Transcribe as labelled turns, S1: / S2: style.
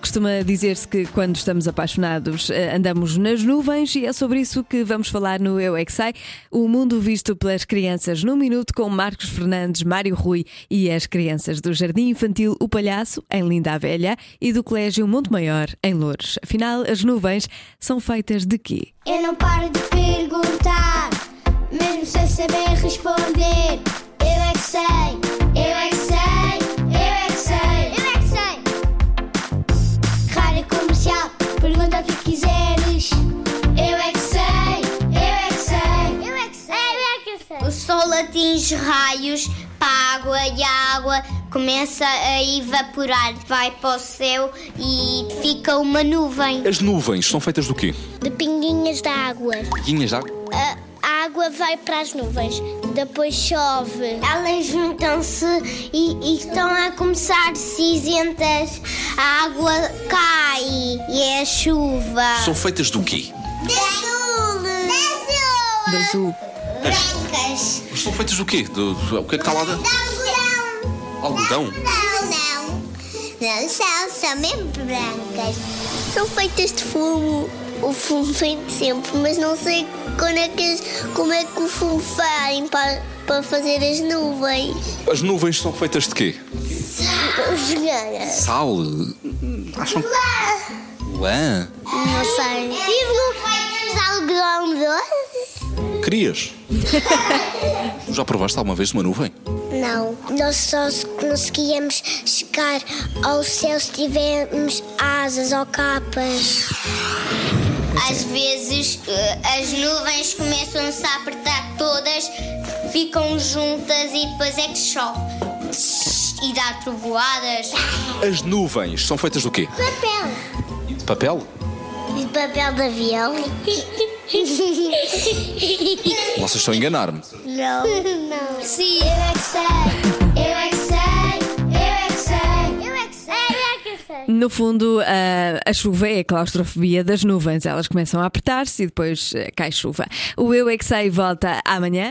S1: Costuma dizer-se que quando estamos apaixonados eh, andamos nas nuvens e é sobre isso que vamos falar no Eu é que Sei, o mundo visto pelas crianças no minuto com Marcos Fernandes, Mário Rui e as crianças do Jardim Infantil O Palhaço em Linda a Velha e do Colégio Monte Maior em Loures. Afinal, as nuvens são feitas de quê?
S2: Eu não paro de perguntar, mesmo sem saber responder. Eu é que sei, eu é que sei, eu é que sei, eu é que sei. Rádio comercial, pergunta o que quiseres. Eu é que sei, eu é que sei, eu é que sei, eu é que sei. O sol atinge raios para a água e a água começa a evaporar, vai para o céu e fica uma nuvem
S3: As nuvens são feitas do quê?
S2: de pinguinhas de água.
S3: Guinhas de água?
S2: a, a água vai para as nuvens, depois chove. Elas juntam-se e, e estão a começar cinzentas. A água cai e é a chuva.
S3: São feitas do quê?
S2: De azul!
S1: De
S2: De
S1: azul.
S2: Brancas!
S3: Mas São feitas do quê? Do- do- o que
S2: um
S3: é que está lá? De...
S2: Algodão!
S3: Algodão?
S2: Não, não. Não são, são mesmo brancas. São feitas de fumo. O fumo vem de sempre, mas não sei quando é que, as- como é que o fumo fazem para, para fazer as nuvens.
S3: As nuvens são feitas de quê?
S2: Os ganhas.
S3: Sal? Acham que. Lã?
S2: Não sei. E são feitas de algodão doce?
S3: Crias? Tu Já provaste alguma vez uma nuvem?
S2: Não. Nós só conseguíamos chegar ao céu se tivermos asas ou capas. Às vezes eh, as nuvens começam-se a apertar todas, ficam juntas e depois é que chove. E dá trovoadas.
S3: As nuvens são feitas do quê?
S2: Papel.
S3: E De papel?
S2: De papel de avião?
S3: Vocês estão a enganar-me.
S2: Não. Não. Sim. Eu é que sei. Eu é que sei. Eu é que sei. Eu é que sei. Eu é que sei.
S1: No fundo, a, a chuva é a claustrofobia das nuvens. Elas começam a apertar-se e depois eh, cai chuva. O Eu é que Sei volta amanhã.